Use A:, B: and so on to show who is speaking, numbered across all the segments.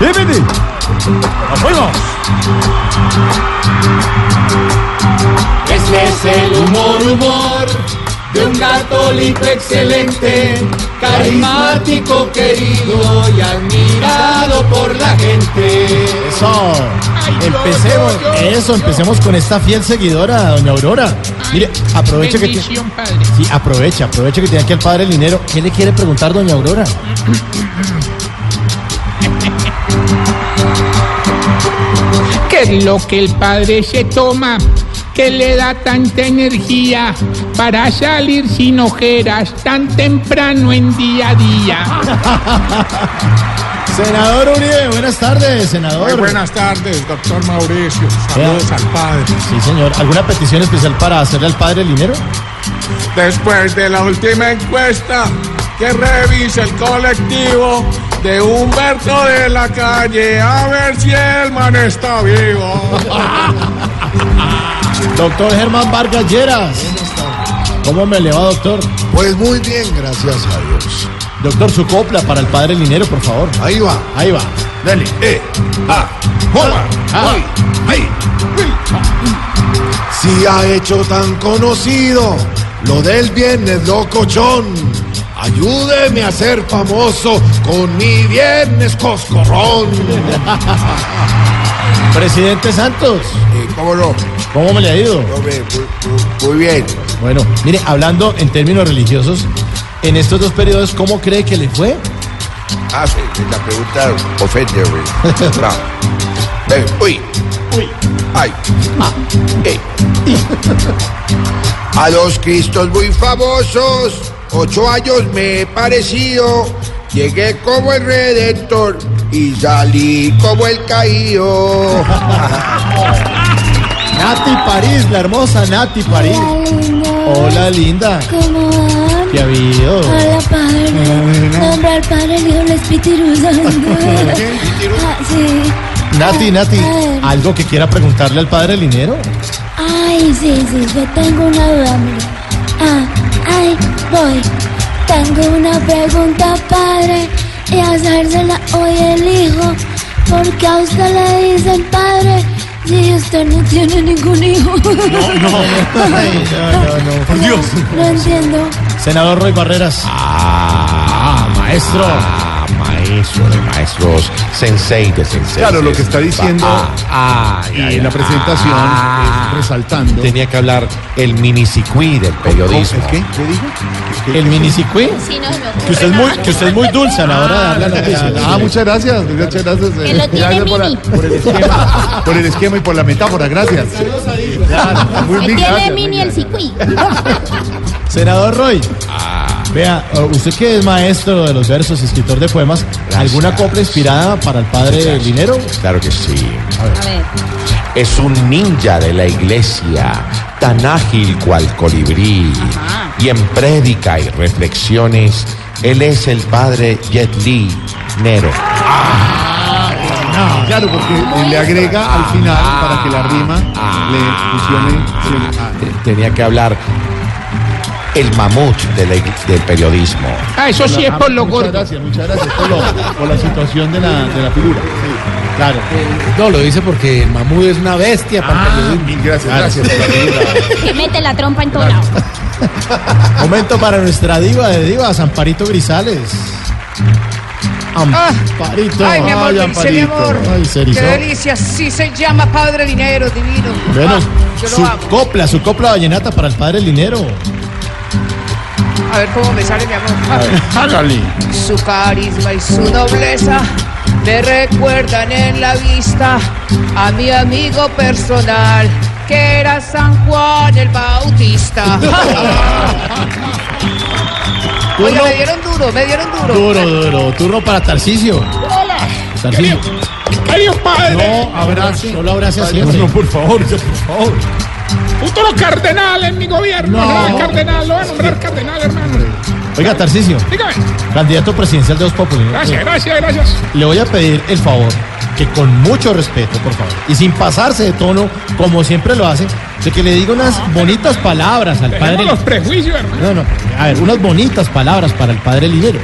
A: ¡Bimini! ¡Nos fuimos!
B: Ese es el humor, humor de un católico excelente, carismático, querido y admirado por la gente.
A: Eso. Empecemos. Eso, empecemos con esta fiel seguidora, doña Aurora. Mire, aproveche que. ti-
C: Bendición, padre.
A: Sí, aproveche, aproveche que tiene aquí al padre el dinero. ¿Qué le quiere preguntar, doña Aurora?
C: ¿Qué es lo que el padre se toma? Que le da tanta energía para salir sin ojeras tan temprano en día a día.
A: Senador Uribe, buenas tardes, senador.
D: Muy buenas tardes, doctor Mauricio. Saludos
A: Vea.
D: al padre.
A: Sí, señor. ¿Alguna petición especial para hacerle al padre el dinero?
D: Después de la última encuesta que revisa el colectivo de Humberto de la Calle, a ver si el man está vivo.
A: Doctor Germán Vargas Lleras. ¿Cómo me le va, doctor?
E: Pues muy bien, gracias a Dios.
A: Doctor, su copla para el padre el dinero, por favor.
E: Ahí va.
A: Ahí va.
E: Dale. Eh, ah, joda,
A: Ah.
E: ay, ay, ay. Si ha hecho tan conocido lo del viernes locochón, ayúdeme a ser famoso con mi viernes coscorrón.
A: Presidente Santos,
E: Eh, ¿Cómo no?
A: ¿cómo me le ha ido?
E: Muy bien, muy- muy- muy bien.
A: Bueno, mire, hablando en términos religiosos, en estos dos periodos, ¿cómo cree que le fue?
E: Ah, sí, la pregunta ofende, güey. No. Ven, uy. Uy. Ay. Ah. Ey. A los cristos muy famosos, ocho años me he parecido. Llegué como el redentor y salí como el caído.
A: Nati París, la hermosa Nati París. Hola, linda.
F: ¿Cómo van?
A: ¿Qué ha habido?
F: Hola, Padre. Nombre al Padre, el Hijo, el Espíritu Santo. Ah, sí.
A: Nati, Nati, ¿algo que quiera preguntarle al padre Linero?
F: Ay, sí, sí, yo tengo una duda, mira. Ah, ay, voy. Tengo una pregunta, Padre, y hacérsela hoy el Hijo. ¿Por qué a usted le dicen Padre si usted no tiene ningún hijo? No,
A: No, no, no, no.
F: No entiendo.
A: Senador Roy Barreras.
B: Ah, maestro. Ah, maestro de maestros. Sensei de sensei. Ah,
D: Claro, lo que está diciendo
B: y en la presentación
D: resaltando.
B: tenía que hablar el minisicui del periodismo.
D: ¿Qué dijo?
A: El minisicue.
G: Sí, no, no.
A: Que usted es muy, que usted es muy dulce a la hora de hablar noticias.
D: Ah, muchas gracias, muchas gracias. eh,
G: Que lo tiene
D: gracias por,
G: mini.
D: por el esquema, por el esquema y por la metáfora, gracias. Claro, muy bien, gracias, muy bien.
G: circuito.
A: Senador Roy.
D: Ah.
A: Vea, eh, usted que es maestro de los versos, escritor de poemas, ¿alguna copla inspirada para el padre Linero?
B: Claro que sí.
H: A ver.
B: Es un ninja de la iglesia, tan ágil cual colibrí.
H: Ah.
B: Y en prédica y reflexiones, él es el padre Jet Li Nero.
D: Claro, porque le agrega al final para que
A: Ah.
D: la rima le funcione. sí, ah.
B: Te- Tenía que hablar el mamut de la ig- del periodismo.
C: Ah, eso sí es por lo
D: muchas
C: gordo.
D: gracias, muchas gracias por, lo- por la situación de la, de la figura.
A: Claro. Ah,
D: No, lo dice porque el mamú es una bestia para Mil gracias, gracias. por la figura.
G: Que mete la trompa en todo lado.
A: Momento para nuestra diva de divas, Amparito Grisales. Amparito.
I: Ay, mi amor,
A: Ay,
I: dulce, mi
A: Amparito.
I: amor.
A: Ay, se erizó.
I: Qué delicia, sí se llama Padre Dinero Divino.
A: Bueno,
I: Ah, yo
A: su
I: lo amo.
A: copla, su copla vallenata para el padre Linero.
I: A ver cómo me sale, mi amor.
D: Hágale.
I: Su carisma y su nobleza me recuerdan en la vista a mi amigo personal. que era San Juan el Bautista. Oiga,
A: Turno.
I: me dieron duro, me dieron duro.
A: Duro, duro. Turno para Tarcisio.
I: Hola.
A: Tarcisio.
C: Querido padre,
A: No, abrace. No lo abrace así.
J: No, por favor, ya, por favor.
C: justo los cardenales, mi gobierno.
A: No.
C: Ah, cardenal, lo voy a nombrar cardenal, hermano.
A: Oiga, Tarcisio.
C: Dígame.
A: Candidato presidencial de Os Populi.
C: Gracias, gracias, gracias.
A: Le voy a pedir el favor que con mucho respeto, por favor, y sin pasarse de tono, como siempre lo hace, de que le diga unas bonitas palabras al padre.
C: Ah. Dejemos los prejuicios, hermano.
A: No, no, a ver, unas bonitas palabras para el padre Linero.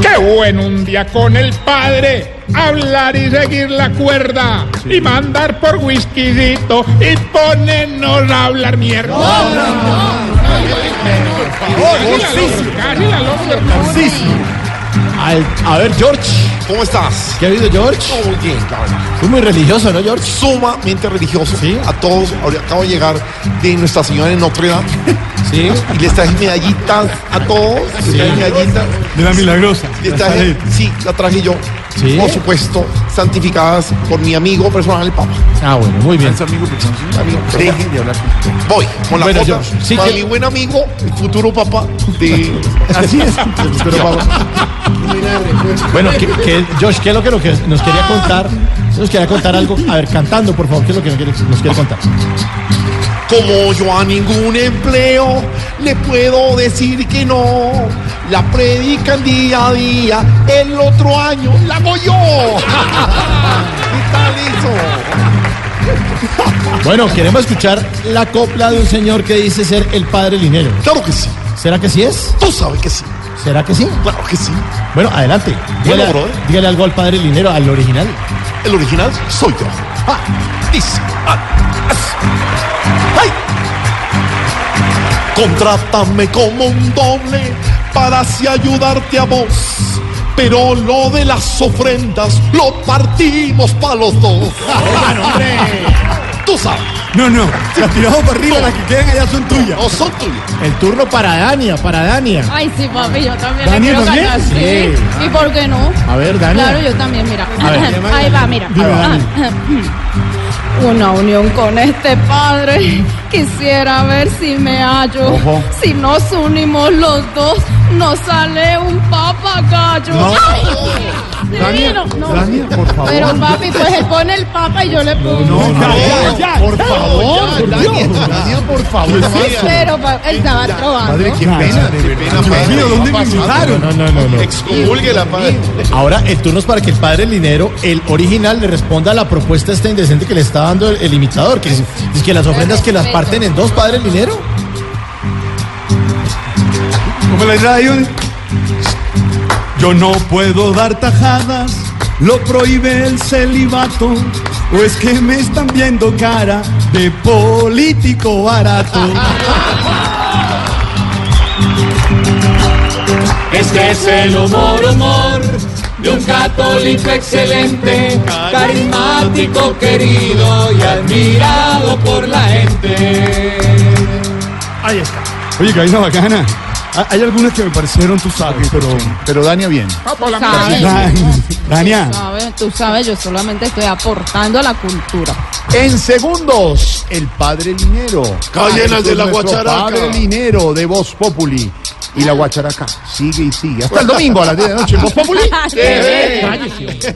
C: Qué bueno un día con el padre, hablar y seguir la cuerda, y mandar por whiskycito y ponernos a hablar mierda. Casi la loco, hermano.
A: Al- a ver, George.
E: ¿Cómo estás?
A: ¿Qué ha habido, George?
E: Muy bien, Carla.
A: Fue muy religioso, ¿no, George?
E: Sumamente religioso. Ah, A todos, ahora acabo de llegar de Nuestra Señora de Notre Dame.
A: Sí.
E: Y les traje medallitas a todos. Les traje medallitas.
J: De la milagrosa.
E: Les traje, sí, la traje yo.
A: Sí.
E: Por supuesto, santificadas por mi amigo personal, el Papa.
A: Ah, bueno, muy bien.
E: Amigo, dejen de hablar. Voy con la
A: Bueno,
E: foto
A: George, sí
E: para
A: que-
E: mi buen amigo, el futuro papá de...
A: Así es.
E: del futuro papá.
A: Bueno, ¿qué, qué- George, ¿qué es lo que, lo que nos quería contar? Nos quería contar algo. A ver, cantando, por favor, ¿qué es lo que nos quiere, nos quiere contar?
E: Como yo a ningún empleo le puedo decir que no. La predican día a día, el otro año la hago yo. ¿Qué tal eso?
A: Bueno, queremos escuchar la copla de un señor que dice ser el padre Linero.
E: Claro que sí,
A: ¿Será que sí es?
E: tú sabes que sí,
A: ¿Será que sí?
E: claro que sí.
A: Bueno, adelante. Dígale,
E: Bueno, brother.
A: dígale algo al padre Linero, al original.
E: El original soy yo. Ah, dice. ah, as. ¡Ay! Contrátame como un doble para así ayudarte a vos. Pero lo de las ofrendas lo partimos para los dos. Tú sabes,
J: No, no. La tiramos para arriba, las que quedan allá son tuyas.
E: no son tuyos.
A: El turno para Dania, para Dania.
G: Ay, sí, papi, yo también le
J: ¿Dani
G: quiero
J: también?
G: ganar. Sí. ¿Y por qué no?
A: A ver, Dania.
G: Claro, yo también, mira.
A: A ver.
G: Ahí va, mira.
A: Dime, Dani.
G: Una unión con este padre. Quisiera ver si me hallo.
A: Ojo.
G: Si nos unimos los dos, nos sale un papagayo. ¡Ay! Divino. No.
A: por favor.
G: Pero papi, pues él pone el papa y yo le pongo.
A: ya, ya, por favor, por Dios. Dania, por favor.
G: Pero pa- él estaba trabajando.
E: Qué pena, qué pena,
J: Dios mío, ¿dónde me
A: No,
J: mandaron?
A: no, no, no, no.
E: Excomulguela, padre.
A: Ahora el turno es para que el padre Linero, el original, le responda a la propuesta esta indecente que le está dando el, el imitador, que es, es que las ofrendas que las parten en dos, padre Linero.
J: Como la idea de un- Yo no puedo dar tajadas, lo prohíbe el celibato. O es que me están viendo cara de político barato.
K: Este es el humor, humor de un católico excelente, carismático, querido y admirado por la gente.
J: Ahí está. Oye, Karina Bacana, ha- hay algunas que me parecieron, tú sabes, pero, pero Dania bien.
C: Papo, la
G: ¿Sabes?
J: Da- Dania,
G: ¿Sabes? Tú sabes, yo solamente estoy aportando a la cultura.
K: En segundos, el padre Linero.
E: Cayenas de la
K: Nuestro
E: guacharaca.
K: Padre Linero de Voz Populi. Y la guacharaca sigue y sigue. Hasta el domingo a las 10 de la noche en Voz Populi.
G: Cállese.